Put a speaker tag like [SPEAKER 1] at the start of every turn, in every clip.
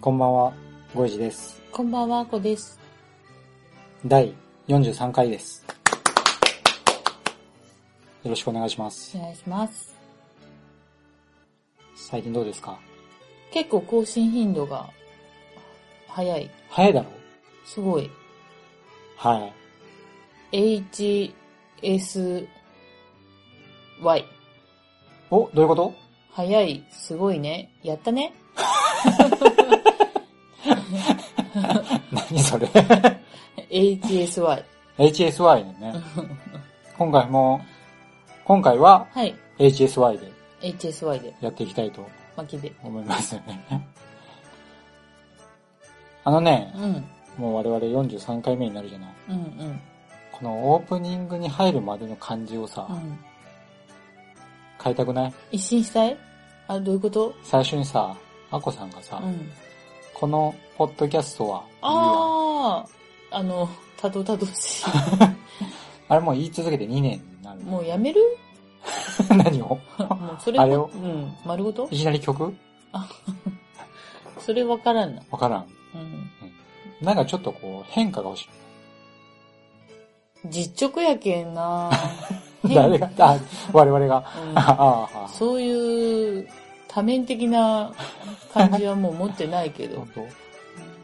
[SPEAKER 1] こんばんは、ごいじです。
[SPEAKER 2] こんばんはあこです
[SPEAKER 1] 第43回です。よろしくお願いします。
[SPEAKER 2] お願いします
[SPEAKER 1] 最近どうですか
[SPEAKER 2] 結構更新頻度が早い
[SPEAKER 1] 早いだろ
[SPEAKER 2] すごい
[SPEAKER 1] は
[SPEAKER 2] HSY
[SPEAKER 1] い。お、どういうこと
[SPEAKER 2] 早いすごいねやったね
[SPEAKER 1] 何それ
[SPEAKER 2] HSY
[SPEAKER 1] ?HSY ね。 今回も、今回は
[SPEAKER 2] はい
[SPEAKER 1] HSY で
[SPEAKER 2] HSY で
[SPEAKER 1] やっていきたいと
[SPEAKER 2] 巻きで
[SPEAKER 1] 思いますよね。 あのね
[SPEAKER 2] う、ん
[SPEAKER 1] もう我々43回目になるじゃない。
[SPEAKER 2] うんうん
[SPEAKER 1] このオープニングに入るまでの感じをさ、
[SPEAKER 2] うん
[SPEAKER 1] 変えたくない
[SPEAKER 2] 一新したいあどういうこと
[SPEAKER 1] 最初にさ、あこさんがさ、
[SPEAKER 2] うん
[SPEAKER 1] このポッドキャストは、
[SPEAKER 2] あああのたどたどしい
[SPEAKER 1] あれもう言い続けて2年になる。
[SPEAKER 2] も うやめる
[SPEAKER 1] 何を
[SPEAKER 2] もうそれ
[SPEAKER 1] あれを
[SPEAKER 2] うん丸ごと
[SPEAKER 1] いきなり曲
[SPEAKER 2] それわからんな
[SPEAKER 1] わからん。
[SPEAKER 2] うん
[SPEAKER 1] なんかちょっとこう変化が欲し
[SPEAKER 2] 実直やけん な
[SPEAKER 1] い。誰が、あ、我々が。
[SPEAKER 2] うん
[SPEAKER 1] ああああ
[SPEAKER 2] そういう多面的な感じはもう持ってないけど
[SPEAKER 1] 本。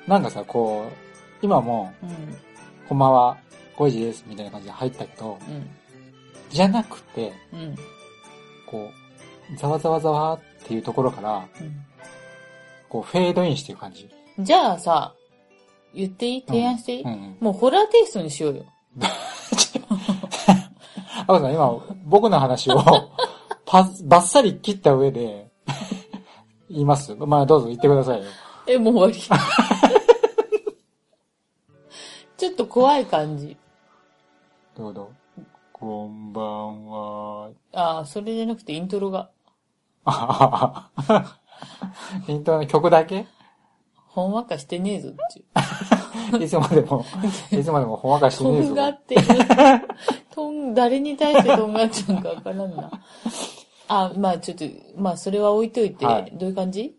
[SPEAKER 1] 当なんかさ、こう、今も、
[SPEAKER 2] うん、
[SPEAKER 1] こんばんは、5時です、みたいな感じで入ったけど、じゃなくて、
[SPEAKER 2] うん、うん、
[SPEAKER 1] こう、ざわざわざわっていうところから、こう、フェードインしてる感じ。
[SPEAKER 2] うん。じゃあさ、言っていい提案していい、
[SPEAKER 1] うんうん。
[SPEAKER 2] もうホラーテイストにしようよ。
[SPEAKER 1] あこさん、今、僕の話を、 パスバッサリ切った上で、言います。まあ、どうぞ言ってくださいよ。
[SPEAKER 2] え、もう終わり。ちょっと怖い感じ。
[SPEAKER 1] どうぞ。こんばんは。
[SPEAKER 2] ああ、それじゃなくてイントロが。
[SPEAKER 1] あはははイントロの曲だけ
[SPEAKER 2] ほんわかしてねえぞっていう。
[SPEAKER 1] いつまで も、いつまでもほんわかして
[SPEAKER 2] と
[SPEAKER 1] ねえ
[SPEAKER 2] ん
[SPEAKER 1] ぞ。
[SPEAKER 2] がってる。とん、誰に対してとんがっちゃうかわからんな。あ、まあちょっと、まあそれは置いといて、
[SPEAKER 1] はい
[SPEAKER 2] どういう感じ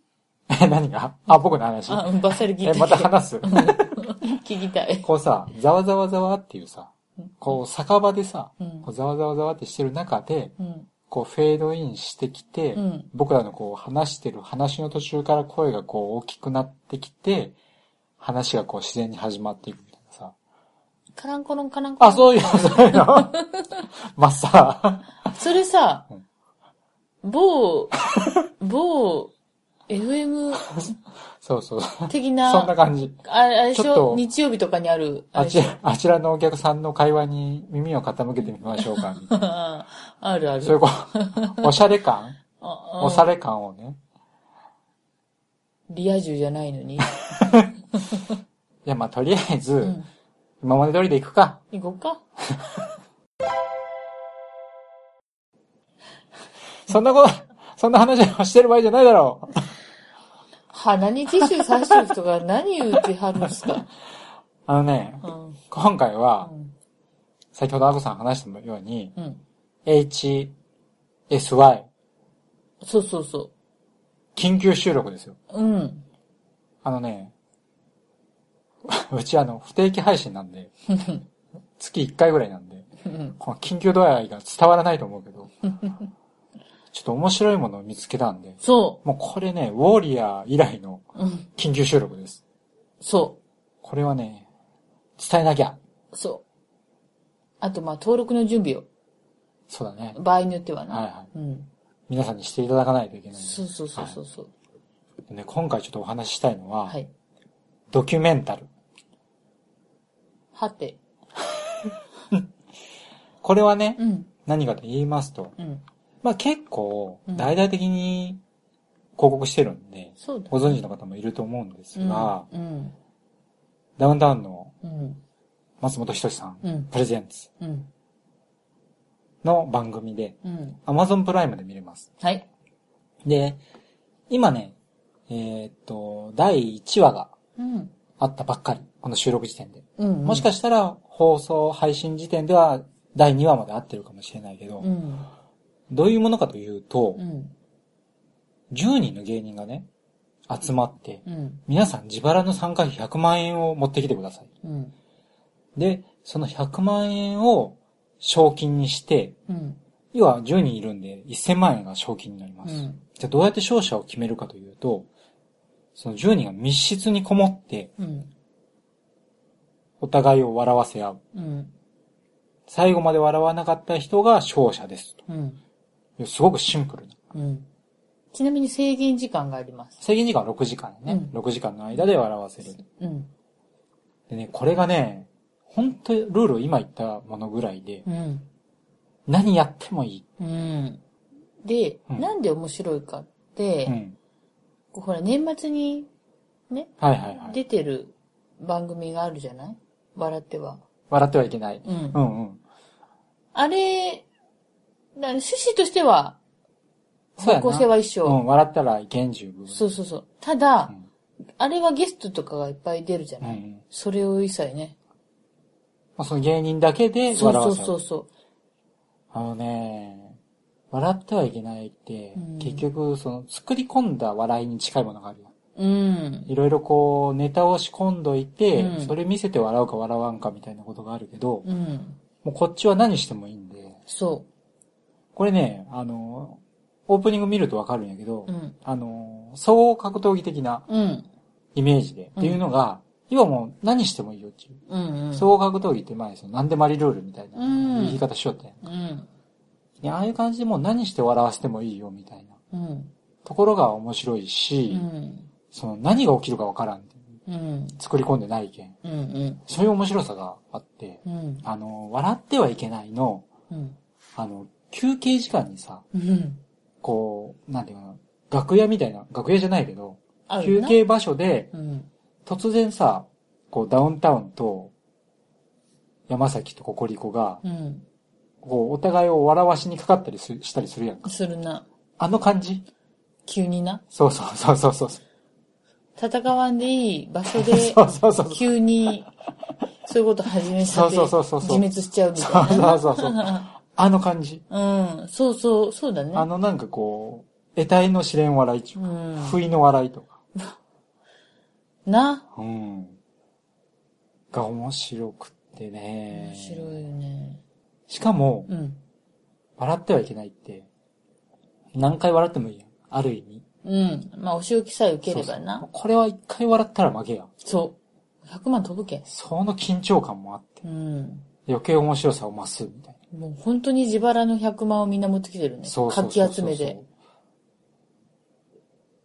[SPEAKER 1] え、 何があ、僕の話
[SPEAKER 2] あ、うんバッサリ聞い
[SPEAKER 1] え、
[SPEAKER 2] て
[SPEAKER 1] また話す
[SPEAKER 2] 聞きたい。
[SPEAKER 1] こうさ、ざわざわざわっていうさ、こう酒場でさ、
[SPEAKER 2] うん
[SPEAKER 1] こうざわざわざわってしてる中で、
[SPEAKER 2] うん。
[SPEAKER 1] こうフェードインしてきて、
[SPEAKER 2] うん
[SPEAKER 1] 僕らのこう話してる話の途中から声がこう大きくなってきて、話がこう自然に始まっていくみたいなさ。
[SPEAKER 2] カランコロンカランコロン。
[SPEAKER 1] あ、そういうの、そういうの。 まあさ、
[SPEAKER 2] それさ
[SPEAKER 1] うん、
[SPEAKER 2] 某、某、FM
[SPEAKER 1] そうそう。そ
[SPEAKER 2] 的
[SPEAKER 1] んな
[SPEAKER 2] な、
[SPEAKER 1] 感じ。
[SPEAKER 2] あれあれでし
[SPEAKER 1] ちょっ
[SPEAKER 2] ょ
[SPEAKER 1] と
[SPEAKER 2] 日曜日とかにある、あ
[SPEAKER 1] あ
[SPEAKER 2] れでし
[SPEAKER 1] ち
[SPEAKER 2] ょ
[SPEAKER 1] ら、あちらのお客さんの会話に耳を傾けてみましょうか、みたい な。
[SPEAKER 2] ああるあ
[SPEAKER 1] そ
[SPEAKER 2] る。
[SPEAKER 1] ういうこう、おしゃれ感
[SPEAKER 2] ああ
[SPEAKER 1] おしゃれ感をね。
[SPEAKER 2] リア充じゃないのに。
[SPEAKER 1] いや、まあとりあえず、
[SPEAKER 2] ん
[SPEAKER 1] 今まで通りで行くか。
[SPEAKER 2] 行こうか。
[SPEAKER 1] そんなこと、そんな話をしてる場合じゃないだろう。
[SPEAKER 2] 鼻にティッシュ刺してる人が何言ってはるんすか。
[SPEAKER 1] あのね、
[SPEAKER 2] うん。
[SPEAKER 1] 今回は、
[SPEAKER 2] うん
[SPEAKER 1] 先ほどアコさん話したように、
[SPEAKER 2] うん。
[SPEAKER 1] H、SY、
[SPEAKER 2] そうそうそ
[SPEAKER 1] 緊急収録ですよ。
[SPEAKER 2] う。うん。
[SPEAKER 1] あのね、 うちあの、不定期配信な んで、月1回ぐらいなんで、
[SPEAKER 2] うん
[SPEAKER 1] この緊急度合いが伝わらないと思うけど、 ちょっと面白いものを見つけたんで、
[SPEAKER 2] そ
[SPEAKER 1] もうこれね、ウォーリアー以来の
[SPEAKER 2] う。うん。
[SPEAKER 1] 緊急収録です。
[SPEAKER 2] そう。
[SPEAKER 1] これはね、伝えなきゃ。
[SPEAKER 2] そう。あと、まあ、登録の準備を、
[SPEAKER 1] そうだね。
[SPEAKER 2] 場合によってはな。
[SPEAKER 1] はいはい
[SPEAKER 2] うん。
[SPEAKER 1] 皆さんにしていただかないといけないんで。
[SPEAKER 2] そうそうそうそうそう。
[SPEAKER 1] でね、今回ちょっとお話ししたいのは、
[SPEAKER 2] はい。
[SPEAKER 1] ドキュメンタル。
[SPEAKER 2] はて。
[SPEAKER 1] これはね、
[SPEAKER 2] うん。
[SPEAKER 1] 何かと言いますと、
[SPEAKER 2] うん。
[SPEAKER 1] まあ結構
[SPEAKER 2] うん
[SPEAKER 1] 大々的に告してるんで、
[SPEAKER 2] そうだ。
[SPEAKER 1] ご存知の方もいると思うんですが、
[SPEAKER 2] うん。
[SPEAKER 1] ダウンタウンの
[SPEAKER 2] うん。
[SPEAKER 1] 松本人志さん、
[SPEAKER 2] うん。
[SPEAKER 1] プレゼンツ
[SPEAKER 2] うん。
[SPEAKER 1] の番組で、
[SPEAKER 2] うん。
[SPEAKER 1] Amazon プライムで見れます。
[SPEAKER 2] はい。
[SPEAKER 1] で、今ね、えーっと、第1話が
[SPEAKER 2] うん。
[SPEAKER 1] あったばっかり、この収録時点で。
[SPEAKER 2] うん。
[SPEAKER 1] もしかしたら放送配信時点では第2話まで合ってるかもしれないけど、
[SPEAKER 2] うん。
[SPEAKER 1] どういうものかというと
[SPEAKER 2] う、ん。
[SPEAKER 1] 10人の芸人がね、集まって、
[SPEAKER 2] うん。
[SPEAKER 1] 皆さん自腹の参加費100万円を持ってきてください。
[SPEAKER 2] うん。
[SPEAKER 1] で、その100万円を賞金にして、
[SPEAKER 2] うん。
[SPEAKER 1] 要は10人いるんで1000万円が賞金になります。
[SPEAKER 2] うん
[SPEAKER 1] じゃあどうやって勝者を決めるかというと、その10人が密室にこもって
[SPEAKER 2] うん。
[SPEAKER 1] お互いを笑わせ合う。
[SPEAKER 2] うん。
[SPEAKER 1] 最後まで笑わなかった人が勝者ですと
[SPEAKER 2] うん。
[SPEAKER 1] いや。すごくシンプルな。
[SPEAKER 2] うん。ちなみに制限時間があります。
[SPEAKER 1] 制限時間は6時間ね。
[SPEAKER 2] うん
[SPEAKER 1] 6時間の間で笑わせる。
[SPEAKER 2] うん。
[SPEAKER 1] でね、これがね、本当ルールを今言ったものぐらいで、
[SPEAKER 2] うん。
[SPEAKER 1] 何やってもいい。
[SPEAKER 2] うん。で、
[SPEAKER 1] うん
[SPEAKER 2] なんで面白いかって、
[SPEAKER 1] うん。
[SPEAKER 2] ほら、年末にね、
[SPEAKER 1] はいはいはい。
[SPEAKER 2] 出てる番組があるじゃない笑っては。
[SPEAKER 1] 笑ってはいけない。
[SPEAKER 2] うん。
[SPEAKER 1] うんうん。
[SPEAKER 2] あれ、な趣旨としては、
[SPEAKER 1] そうや
[SPEAKER 2] 方
[SPEAKER 1] な
[SPEAKER 2] 向性は一
[SPEAKER 1] う
[SPEAKER 2] 緒。
[SPEAKER 1] ん、笑ったらいけん十分。
[SPEAKER 2] そうそうそう。ただ、
[SPEAKER 1] ん
[SPEAKER 2] あれはゲストとかがいっぱい出るじゃ
[SPEAKER 1] うん
[SPEAKER 2] ない、
[SPEAKER 1] うん。
[SPEAKER 2] それを一切ね。
[SPEAKER 1] まあ、その芸人だけで
[SPEAKER 2] そう
[SPEAKER 1] 笑
[SPEAKER 2] そ
[SPEAKER 1] わ
[SPEAKER 2] う
[SPEAKER 1] せ
[SPEAKER 2] そ
[SPEAKER 1] る
[SPEAKER 2] う。そ
[SPEAKER 1] あのね、笑ってはいけないって、
[SPEAKER 2] うん
[SPEAKER 1] 結局、その、作り込んだ笑いに近いものがあるやん。
[SPEAKER 2] う。うん。
[SPEAKER 1] いろいろこう、ネタを仕込んどいて、
[SPEAKER 2] うん
[SPEAKER 1] それ見せて笑うか笑わんかみたいなことがあるけど、
[SPEAKER 2] うん。
[SPEAKER 1] もうこっちは何してもいいんで、
[SPEAKER 2] そ
[SPEAKER 1] これね、あの、オープニング見るとわかるんやけど、
[SPEAKER 2] う。うん。
[SPEAKER 1] あの、総合格闘技的な
[SPEAKER 2] うん。
[SPEAKER 1] イメージで、
[SPEAKER 2] うん
[SPEAKER 1] っていうのが、今もう何してもいいよっていう。
[SPEAKER 2] うん、うん。
[SPEAKER 1] 総合格闘技って前、その何でもありルールみたいな
[SPEAKER 2] うん
[SPEAKER 1] 言い方しよったやん。
[SPEAKER 2] う。うん。
[SPEAKER 1] いやああいう感じでもう何して笑わせてもいいよみたいな
[SPEAKER 2] うん。
[SPEAKER 1] ところが面白いし、
[SPEAKER 2] うん。
[SPEAKER 1] その何が起きるかわからんっていう
[SPEAKER 2] うん。
[SPEAKER 1] 作り込んでないけん。
[SPEAKER 2] うん。うん。
[SPEAKER 1] そういう面白さがあって、
[SPEAKER 2] うん。
[SPEAKER 1] あの、笑ってはいけないの、
[SPEAKER 2] うん。
[SPEAKER 1] あの、休憩時間にさ、
[SPEAKER 2] うん。
[SPEAKER 1] こう、なんていうかな、楽屋みたいな、楽屋じゃないけど、
[SPEAKER 2] ある
[SPEAKER 1] 休
[SPEAKER 2] な。
[SPEAKER 1] 憩場所で
[SPEAKER 2] うん。
[SPEAKER 1] 突然さ、こうダウンタウンと山崎とココリコが、
[SPEAKER 2] うん。
[SPEAKER 1] こうお互いを笑わしにかかったりすしたりするやんか。
[SPEAKER 2] するな。
[SPEAKER 1] あの感じ
[SPEAKER 2] 急にな。
[SPEAKER 1] そうそうそうそうそう。
[SPEAKER 2] 戦わんでいい場所で、
[SPEAKER 1] そうそうそうそう。
[SPEAKER 2] 急に、そういうこと始めさせ
[SPEAKER 1] そうそうそうそ
[SPEAKER 2] 自
[SPEAKER 1] う
[SPEAKER 2] 滅しちゃうみたい
[SPEAKER 1] そう
[SPEAKER 2] な。
[SPEAKER 1] そうそうそう。あの感じ。
[SPEAKER 2] うん、そうそう、そうだね。
[SPEAKER 1] あのなんかこう、得体の知れん笑いっていううか、
[SPEAKER 2] ん。
[SPEAKER 1] 不意の笑いとか。
[SPEAKER 2] な。
[SPEAKER 1] うん。が面白くってね。
[SPEAKER 2] 面白いよね。
[SPEAKER 1] しかも、
[SPEAKER 2] うん。
[SPEAKER 1] 笑ってはいけないって、何回笑ってもいいやん。ある意味。
[SPEAKER 2] うん。まあ、お仕置きさえ受ければ
[SPEAKER 1] そうそ
[SPEAKER 2] な
[SPEAKER 1] う。これは一回笑ったら負けやん。
[SPEAKER 2] そう。100万飛ぶけ。
[SPEAKER 1] その緊張感もあって、
[SPEAKER 2] うん。
[SPEAKER 1] 余計面白さを増すみたい
[SPEAKER 2] もう本当に自腹の100万をみんな持ってきてるね。
[SPEAKER 1] な。そうそうそうそう
[SPEAKER 2] かき集めで。。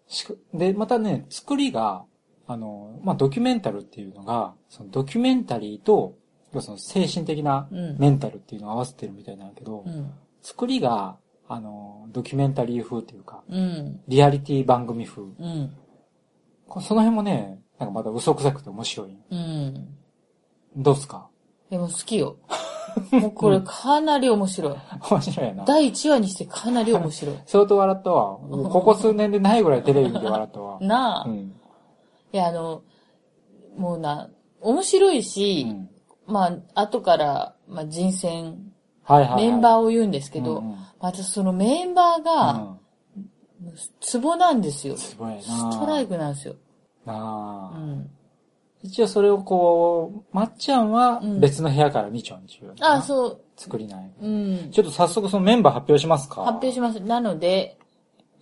[SPEAKER 1] しかで、またね、作りが、あの、まあ、ドキュメンタルっていうのが、そのドキュメンタリーと、要はその精神的な
[SPEAKER 2] うん
[SPEAKER 1] メンタルっていうのを合わせてるみたいなんだけど、
[SPEAKER 2] うん。
[SPEAKER 1] 作りが、あの、ドキュメンタリー風っていうか、
[SPEAKER 2] うん。
[SPEAKER 1] リアリティ番組風。
[SPEAKER 2] うん。
[SPEAKER 1] こその辺もね、なんかまた嘘くさくて面白い。
[SPEAKER 2] うん。
[SPEAKER 1] どうっすか
[SPEAKER 2] でも好きよ。 もうこれかなり面白い。
[SPEAKER 1] 面白いよな。
[SPEAKER 2] 第1話にしてかなり面白い。
[SPEAKER 1] 相当笑ったわ。ここ数年でないぐらいテレビ見て笑ったわ。
[SPEAKER 2] なあ。
[SPEAKER 1] うん。
[SPEAKER 2] いや、あの、もうな、面白いうし、
[SPEAKER 1] ん。
[SPEAKER 2] まあ、後から、まあ、人選、
[SPEAKER 1] はいはい、はい。
[SPEAKER 2] メンバー
[SPEAKER 1] を
[SPEAKER 2] を言うんですけど、
[SPEAKER 1] うんうん
[SPEAKER 2] またそのメンバーが、ツボなんですよ。
[SPEAKER 1] うん、
[SPEAKER 2] ス
[SPEAKER 1] すごいな
[SPEAKER 2] トライクなんですよ。う
[SPEAKER 1] なあ、
[SPEAKER 2] ん。
[SPEAKER 1] 一応それをこう、まっちゃんは
[SPEAKER 2] うん
[SPEAKER 1] 別の部屋から見ちゃうんちゅう。。
[SPEAKER 2] あ、そう
[SPEAKER 1] 作りない。
[SPEAKER 2] う。うん。
[SPEAKER 1] ちょっと早速そのメンバー発表しますか
[SPEAKER 2] 発表します。なので、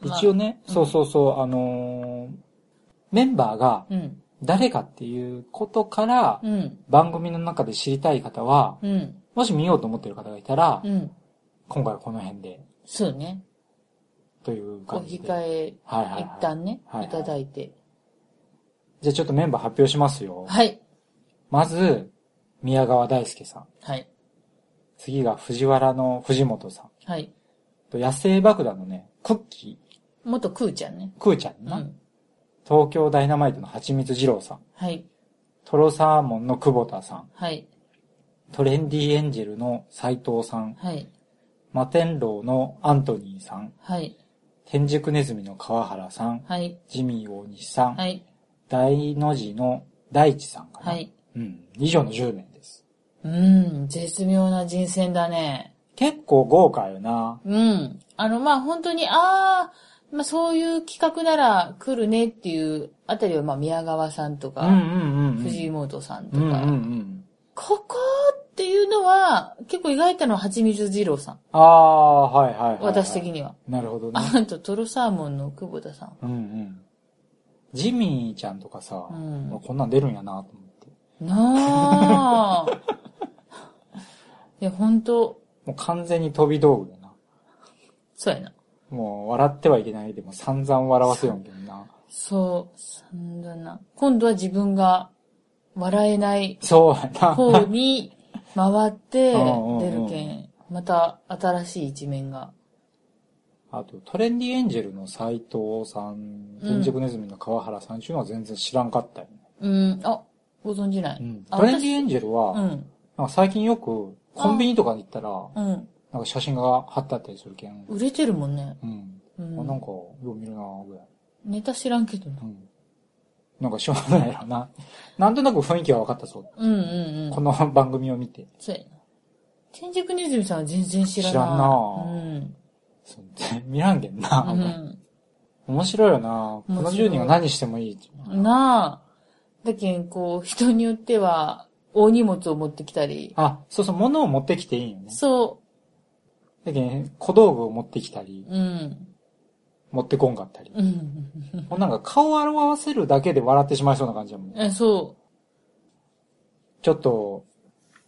[SPEAKER 2] まあ
[SPEAKER 1] 一応ね、そうそうそう、あのーメンバーが
[SPEAKER 2] うん。
[SPEAKER 1] 誰かっていうことから、
[SPEAKER 2] うん。
[SPEAKER 1] 番組の中で知りたい方は、
[SPEAKER 2] うん。
[SPEAKER 1] もし見ようと思ってる方がいたら、
[SPEAKER 2] うん。
[SPEAKER 1] 今回はこの辺で、
[SPEAKER 2] そうね。
[SPEAKER 1] という
[SPEAKER 2] お
[SPEAKER 1] 感じで。
[SPEAKER 2] 控え、
[SPEAKER 1] はい
[SPEAKER 2] 一
[SPEAKER 1] はい、はい。
[SPEAKER 2] 旦ね、
[SPEAKER 1] はいはい
[SPEAKER 2] いただいて。
[SPEAKER 1] じゃあちょっとメンバー発表しますよ。
[SPEAKER 2] はい。
[SPEAKER 1] まず、宮川大輔さん。
[SPEAKER 2] はい。
[SPEAKER 1] 次が藤原の藤本さん。
[SPEAKER 2] はい。
[SPEAKER 1] と野生爆弾のね、クッキー。
[SPEAKER 2] 元クーちゃんね。
[SPEAKER 1] くーちゃん
[SPEAKER 2] う
[SPEAKER 1] な、
[SPEAKER 2] ん。
[SPEAKER 1] 東京ダイナマイトのはちみつ二郎さん、
[SPEAKER 2] はい。
[SPEAKER 1] トロサーモンの久保田さん、
[SPEAKER 2] はい。
[SPEAKER 1] トレンディエンジェルの斎藤さん、
[SPEAKER 2] はい。
[SPEAKER 1] 摩天楼のアントニーさん、
[SPEAKER 2] はい。
[SPEAKER 1] 天竺ネズミの川原さん、
[SPEAKER 2] はい。
[SPEAKER 1] ジミー大西さん、
[SPEAKER 2] はい。
[SPEAKER 1] 大の字の大地さんかな。
[SPEAKER 2] はい。
[SPEAKER 1] うん。以上の10名です。
[SPEAKER 2] うん。絶妙な人選だね。
[SPEAKER 1] 結構豪華よな。
[SPEAKER 2] うん。あの、まあ、本当に、あー、まあ、そういう企画なら来るねっていうあたりは、まあ、宮川さんと
[SPEAKER 1] うんうん
[SPEAKER 2] か、
[SPEAKER 1] うんうん。
[SPEAKER 2] 藤井本さんと
[SPEAKER 1] うんうんう
[SPEAKER 2] か、
[SPEAKER 1] ん。
[SPEAKER 2] ここっていうのは、結構意外たのは、はちみつ二郎さん。
[SPEAKER 1] ああ、はいはいはい、はい。
[SPEAKER 2] 私的。には。
[SPEAKER 1] なるほどね。
[SPEAKER 2] あと、トロサーモンの久保田さ ん。
[SPEAKER 1] うんうん。ジミーちゃんとかさ、
[SPEAKER 2] うん
[SPEAKER 1] こんなん出るんやなと思って。
[SPEAKER 2] なあ。いや、本当
[SPEAKER 1] もう完全に飛び道具だな。
[SPEAKER 2] そうやな。
[SPEAKER 1] もう笑ってはいけないでも散々笑わせよんけどな。
[SPEAKER 2] そう、そんだな。今度は自分が笑えない
[SPEAKER 1] そうやな。
[SPEAKER 2] 方に回って
[SPEAKER 1] うんうん
[SPEAKER 2] 出るけん。また新しい一面が。
[SPEAKER 1] あと、トレンディエンジェルの斎藤さん、天竺ネズミの川原さんっていうのは全然知らんかったよね。
[SPEAKER 2] うん、あ、ご存知ない。
[SPEAKER 1] うん
[SPEAKER 2] あ
[SPEAKER 1] トレンディエンジェルは、
[SPEAKER 2] 私うん、
[SPEAKER 1] なんか最近よくコンビニとかに行ったら、
[SPEAKER 2] うん。
[SPEAKER 1] なんか写真が貼ってあったりするけん。
[SPEAKER 2] 売れてるもんね。
[SPEAKER 1] うん。
[SPEAKER 2] う
[SPEAKER 1] あなん
[SPEAKER 2] ん
[SPEAKER 1] か、。よう見るなぐらい。
[SPEAKER 2] ネタ知らんけどな
[SPEAKER 1] う。ん。なんかしょうがないよな。なんとなく雰囲気は分かったそう。
[SPEAKER 2] うんうんうん
[SPEAKER 1] こ。の番組を見て。
[SPEAKER 2] そうやな。天竺ネズミさんは全然知らない。
[SPEAKER 1] 知らんな
[SPEAKER 2] うん。
[SPEAKER 1] そう見らんけんな。
[SPEAKER 2] うん。
[SPEAKER 1] 面白いよな。この10人が何してもいい。
[SPEAKER 2] なあ。だけん、こう、人によっては、大荷物を持ってきたり、
[SPEAKER 1] あ、そうそう、物を持ってきていいよね。
[SPEAKER 2] そ
[SPEAKER 1] だけど、小道具を持ってきたり、
[SPEAKER 2] う、うん、
[SPEAKER 1] 持ってこんかったり。
[SPEAKER 2] うん、
[SPEAKER 1] もうなんか顔を表せるだけで笑ってしまいそうな感じだもんね。
[SPEAKER 2] えそ
[SPEAKER 1] ちょっと、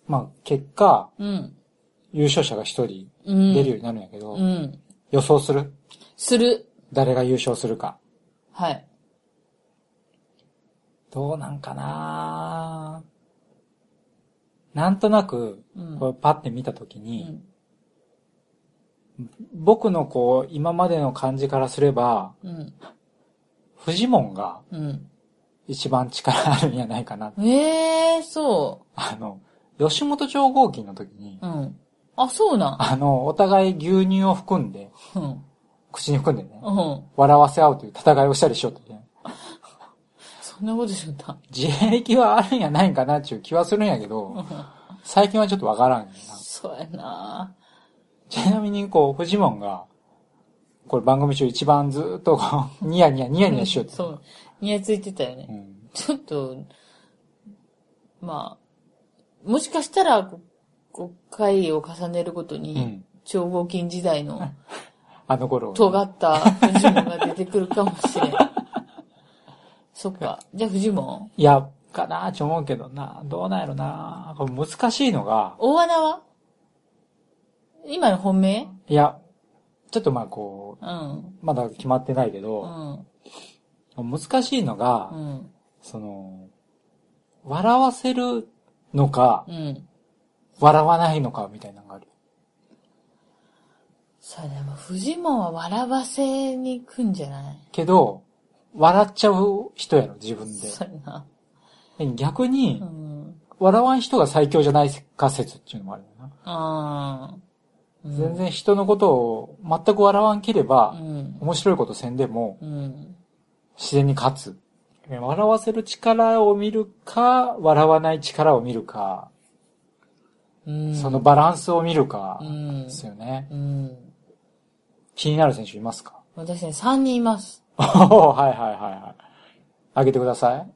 [SPEAKER 1] まあ、結果、
[SPEAKER 2] う、うん、
[SPEAKER 1] 優勝者が一人
[SPEAKER 2] うん。
[SPEAKER 1] 出るようになるんやけど、
[SPEAKER 2] うん。
[SPEAKER 1] 予想する
[SPEAKER 2] する。
[SPEAKER 1] 誰が優勝するか。
[SPEAKER 2] はい。
[SPEAKER 1] どうなんかななんとなく、
[SPEAKER 2] うん
[SPEAKER 1] これパッて見たとき
[SPEAKER 2] う
[SPEAKER 1] に、
[SPEAKER 2] ん、
[SPEAKER 1] 僕のこう、今までの感じからすれば、
[SPEAKER 2] うん、
[SPEAKER 1] フジモンが
[SPEAKER 2] うん。
[SPEAKER 1] 一番力あるんやないかな。
[SPEAKER 2] ええー、そ
[SPEAKER 1] あの、吉本超合金の時に、
[SPEAKER 2] う。うん。あ、そうなん。
[SPEAKER 1] あの、お互い牛乳を含んで、
[SPEAKER 2] うん。
[SPEAKER 1] 口に含んでね、
[SPEAKER 2] うん。
[SPEAKER 1] 笑わせ合うという戦いをしたりしようってね、
[SPEAKER 2] そんなことしよった。
[SPEAKER 1] 自衛力はあるんやないんかなっていう気はするんやけど、最近はちょっとわからんよな。
[SPEAKER 2] そうやな。
[SPEAKER 1] ちなみに、こう、フジモンが、これ番組中一番ずーっとこう、ニヤニヤ、ニヤニヤしようって。
[SPEAKER 2] そう。ニヤついてたよね。
[SPEAKER 1] うん。
[SPEAKER 2] ちょっと、まあ、もしかしたら、ここう回を重ねるごと
[SPEAKER 1] う
[SPEAKER 2] に
[SPEAKER 1] ん、
[SPEAKER 2] 超合金時代の
[SPEAKER 1] あの頃。
[SPEAKER 2] 尖ったフジモンが出てくるかもしれん。 そっか。じゃあフジモン
[SPEAKER 1] いや、かなーって思うけどな。どうなんやろな。これ難しいのが、
[SPEAKER 2] 大穴は今の本命
[SPEAKER 1] いや、ちょっとまあこ
[SPEAKER 2] うん。
[SPEAKER 1] う、まだ決まってないけど、
[SPEAKER 2] うん。
[SPEAKER 1] 難しいのが、
[SPEAKER 2] うん。
[SPEAKER 1] その、笑わせるのか、
[SPEAKER 2] うん。
[SPEAKER 1] 笑わないのか、みたいなのがある。
[SPEAKER 2] さあでもフジモンは笑わせに行くんじゃない
[SPEAKER 1] けど、笑っちゃう人やろ、自分で。
[SPEAKER 2] そうやな。
[SPEAKER 1] で逆に
[SPEAKER 2] う、ん。
[SPEAKER 1] 笑わん人が最強じゃないか説っていうのもあるよな。
[SPEAKER 2] あーうん。
[SPEAKER 1] 全然人のことを全く笑わんければ、
[SPEAKER 2] うん。
[SPEAKER 1] 面白いことせんでも、
[SPEAKER 2] うん。
[SPEAKER 1] 自然に勝つ。笑わせる力を見るか、笑わない力を見るか、
[SPEAKER 2] うん
[SPEAKER 1] そのバランスを見るか
[SPEAKER 2] う、ん
[SPEAKER 1] で。すよね。
[SPEAKER 2] うん。
[SPEAKER 1] 気になる選手いますか
[SPEAKER 2] 私ね、3人います。
[SPEAKER 1] はいはいはいはい。あげてください。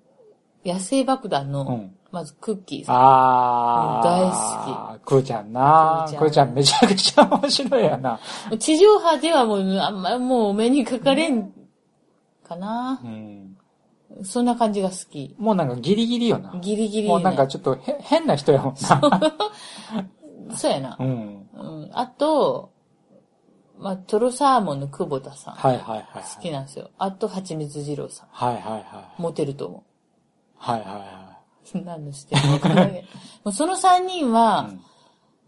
[SPEAKER 2] 野生爆弾の、
[SPEAKER 1] うん
[SPEAKER 2] まずクッキーさん。
[SPEAKER 1] あー。大好き。くーちゃんな
[SPEAKER 2] くーちゃん
[SPEAKER 1] くーちゃんめちゃくちゃ面白いやな。
[SPEAKER 2] もう地上波ではもう、あんまもうお目にかかれん、かな
[SPEAKER 1] う、ん。
[SPEAKER 2] そんな感じが好き。
[SPEAKER 1] もうなんかギリギリよな。
[SPEAKER 2] ギリギリ、ね。
[SPEAKER 1] もうなんかちょっとへ変な人やもんな。
[SPEAKER 2] そうやな
[SPEAKER 1] う。ん。
[SPEAKER 2] うん。あと、まあ、トロサーモンの久保田さん。
[SPEAKER 1] はいはいはいはい。
[SPEAKER 2] 好きなんですよ。あと、はちみつ二郎さん。
[SPEAKER 1] はいはいはい。
[SPEAKER 2] モテると思う。
[SPEAKER 1] はいはい は
[SPEAKER 2] 何のしてるのかわからんけどもうその3人は、
[SPEAKER 1] うん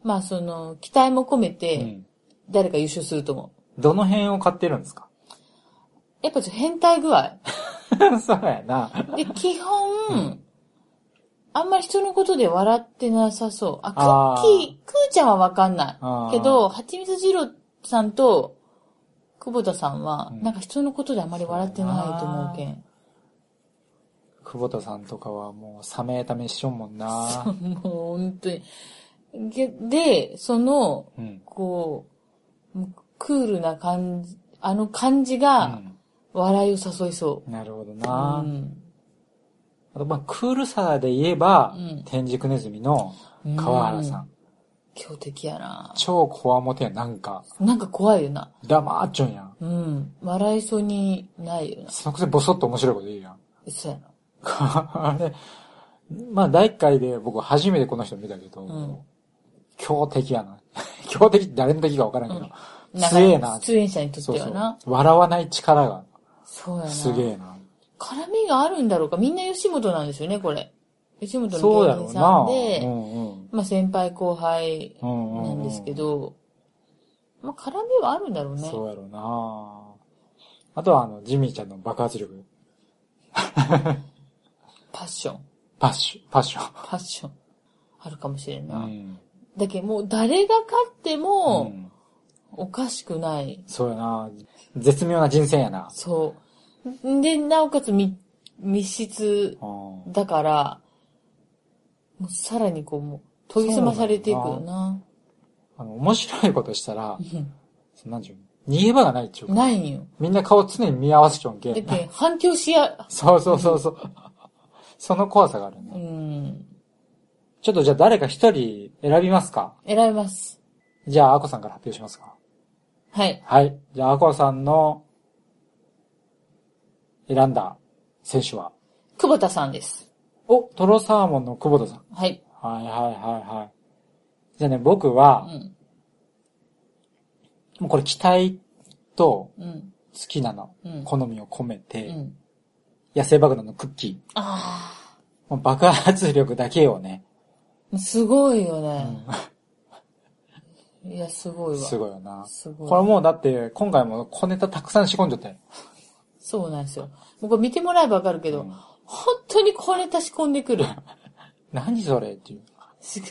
[SPEAKER 2] まあ、その、期待も込め
[SPEAKER 1] い。う
[SPEAKER 2] て、
[SPEAKER 1] ん。
[SPEAKER 2] 誰か優勝すると思う。
[SPEAKER 1] どの辺を買ってるんですか
[SPEAKER 2] やっぱちょっと変態具合。
[SPEAKER 1] そうやな。
[SPEAKER 2] で、基
[SPEAKER 1] う
[SPEAKER 2] 本、
[SPEAKER 1] ん
[SPEAKER 2] あんまり人のことで笑ってなさそう。あ、ク
[SPEAKER 1] あー
[SPEAKER 2] ッキー、クーちゃんはわかん
[SPEAKER 1] あ
[SPEAKER 2] な
[SPEAKER 1] ー
[SPEAKER 2] い。けど、はちみつ二郎さんと、久保田さんは、
[SPEAKER 1] うん
[SPEAKER 2] なんか人のことであんまり笑ってないと思うけん。
[SPEAKER 1] 久保田さんとかはもう、冷めためしょんもん
[SPEAKER 2] そう
[SPEAKER 1] な。
[SPEAKER 2] もう本当に。げで、その、
[SPEAKER 1] うん。
[SPEAKER 2] こう、もうクールな感じ、あの感じ
[SPEAKER 1] う
[SPEAKER 2] が、
[SPEAKER 1] ん。
[SPEAKER 2] 笑いを誘いそ
[SPEAKER 1] なるほど
[SPEAKER 2] う。
[SPEAKER 1] な。
[SPEAKER 2] うん
[SPEAKER 1] あと、まあ、クールさで言えば、
[SPEAKER 2] うん
[SPEAKER 1] 天竺ネズミの川原さん。
[SPEAKER 2] う強敵やな。
[SPEAKER 1] 超怖もてやなんか、
[SPEAKER 2] なんか怖いよな。
[SPEAKER 1] 黙っちょんやん。
[SPEAKER 2] うん。笑いそうにないよな。
[SPEAKER 1] そのくせボソッと面白いこと言うやん。
[SPEAKER 2] そうやな。
[SPEAKER 1] あれ、まあ、第一回で僕初めてこの人見たけど、
[SPEAKER 2] うん
[SPEAKER 1] 強敵やな。 強敵って誰の敵か分からんけど、
[SPEAKER 2] んか
[SPEAKER 1] 強えな。
[SPEAKER 2] 出演者にとって
[SPEAKER 1] そうそ
[SPEAKER 2] はな
[SPEAKER 1] う。。笑わない力が、
[SPEAKER 2] そうやな。
[SPEAKER 1] すげえな。
[SPEAKER 2] 絡みがあるんだろうか。みんな吉本なんですよね、これ。吉本の
[SPEAKER 1] そうや
[SPEAKER 2] 芸
[SPEAKER 1] ろ
[SPEAKER 2] 人
[SPEAKER 1] う
[SPEAKER 2] さ
[SPEAKER 1] な。
[SPEAKER 2] んで、
[SPEAKER 1] うんうん。
[SPEAKER 2] まあ先輩後輩
[SPEAKER 1] うんうん、
[SPEAKER 2] なんですけ。ど、まあ絡みはあるんだろうね。
[SPEAKER 1] そうやろうな。あとは、あの、ジミーちゃんの爆発力。
[SPEAKER 2] パッション。
[SPEAKER 1] パッシュ、パッショ
[SPEAKER 2] パッション。あるかもしれん
[SPEAKER 1] ン。
[SPEAKER 2] な
[SPEAKER 1] う
[SPEAKER 2] い。
[SPEAKER 1] ん。
[SPEAKER 2] だけどもう誰が勝って
[SPEAKER 1] う
[SPEAKER 2] も
[SPEAKER 1] ん
[SPEAKER 2] おかしくない。
[SPEAKER 1] そうやな。絶妙な人生やな。
[SPEAKER 2] そう。んで、なおかつ密密室
[SPEAKER 1] うん
[SPEAKER 2] だから、もうさらにこう、もう研ぎ澄まされていくよな。
[SPEAKER 1] あの、面白いことしたら、
[SPEAKER 2] うん
[SPEAKER 1] そのなんちゅうの逃げ場がないっちゅうか。
[SPEAKER 2] ないんよ。
[SPEAKER 1] みんな顔常に見合わせちゃうんけん
[SPEAKER 2] だっ。け、反響しや、
[SPEAKER 1] そうそうそうそう。その怖さがある
[SPEAKER 2] う
[SPEAKER 1] ね。
[SPEAKER 2] ん、
[SPEAKER 1] ちょっとじゃあ誰か一人選びますか
[SPEAKER 2] 選びます。
[SPEAKER 1] じゃあ、アコさんから発表しますか
[SPEAKER 2] はい。
[SPEAKER 1] はい。じゃあ、アコさんの選んだ選手は
[SPEAKER 2] 久保田さんです。
[SPEAKER 1] お、トロサーモンの久保田さん。
[SPEAKER 2] はい。
[SPEAKER 1] はいはいはいはい。じゃあね、僕
[SPEAKER 2] う
[SPEAKER 1] は、
[SPEAKER 2] ん、
[SPEAKER 1] もうこれ期待と
[SPEAKER 2] うん、
[SPEAKER 1] 好きなの、
[SPEAKER 2] うん
[SPEAKER 1] 好みを込めて、
[SPEAKER 2] うん。
[SPEAKER 1] 野生爆弾のクッキー。
[SPEAKER 2] あ
[SPEAKER 1] もう爆発力だけをね、
[SPEAKER 2] あ、すごいよね。いや、すごいわ。
[SPEAKER 1] すごいよな。
[SPEAKER 2] すごい
[SPEAKER 1] これもうだって、今回も小ネタたくさん仕込んじゃったよ。
[SPEAKER 2] そうなんですよ。もうこれ見てもらえばわかるけど、
[SPEAKER 1] うん
[SPEAKER 2] 本当にこれ足し込んでく る。
[SPEAKER 1] 何それっていう。
[SPEAKER 2] すごい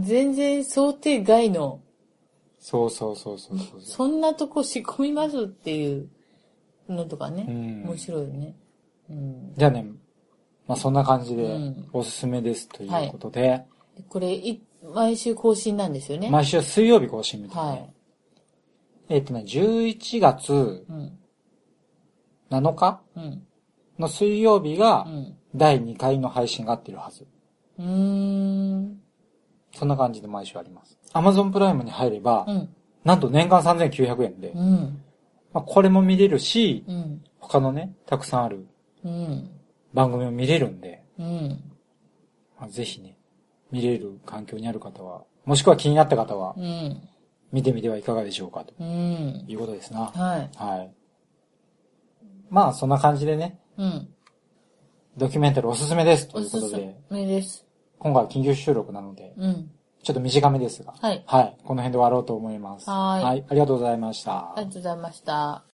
[SPEAKER 2] 全然想定外の、
[SPEAKER 1] そうそうそうそうそう
[SPEAKER 2] そんなとこ仕込みますっていうのとかね。
[SPEAKER 1] うん
[SPEAKER 2] 面白いよね。うん。
[SPEAKER 1] じゃあね、まあそんな感じで
[SPEAKER 2] うん、
[SPEAKER 1] おすすめですということで、
[SPEAKER 2] でこれ、い、毎週更新なんですよね。
[SPEAKER 1] 毎週水曜日更新みたいな、
[SPEAKER 2] は
[SPEAKER 1] ね
[SPEAKER 2] い。
[SPEAKER 1] えっ、とね、11月
[SPEAKER 2] うん。
[SPEAKER 1] 7日
[SPEAKER 2] うん。
[SPEAKER 1] の水曜日
[SPEAKER 2] う
[SPEAKER 1] が、
[SPEAKER 2] ん。
[SPEAKER 1] 第2回の配信があってるはず。
[SPEAKER 2] うーん。
[SPEAKER 1] そんな感じで毎週あります。Amazon プライムに入れば、
[SPEAKER 2] うん。
[SPEAKER 1] なんと年間3900円で、
[SPEAKER 2] うん。
[SPEAKER 1] まあ、これも見れるし、
[SPEAKER 2] うん。
[SPEAKER 1] 他のね、たくさんある
[SPEAKER 2] うん。
[SPEAKER 1] 番組も見れるんで、
[SPEAKER 2] うん。
[SPEAKER 1] まあぜひね、見れる環境にある方は、もしくは気になった方は、
[SPEAKER 2] うん。
[SPEAKER 1] 見てみてはいかがでしょうか、と
[SPEAKER 2] うん。
[SPEAKER 1] いうことですな。
[SPEAKER 2] はい。
[SPEAKER 1] はい。まあ、そんな感じでね、
[SPEAKER 2] うん。
[SPEAKER 1] ドキュメンタルおすすめです、と
[SPEAKER 2] お
[SPEAKER 1] いう
[SPEAKER 2] す
[SPEAKER 1] こと
[SPEAKER 2] す
[SPEAKER 1] で、
[SPEAKER 2] めです。
[SPEAKER 1] 今回は緊急収録なので、
[SPEAKER 2] うん。
[SPEAKER 1] ちょっと短めですが、
[SPEAKER 2] はい
[SPEAKER 1] はい。この辺で終わろうと思います。
[SPEAKER 2] はーい
[SPEAKER 1] はい。ありがとうございました。
[SPEAKER 2] ありがとうございました。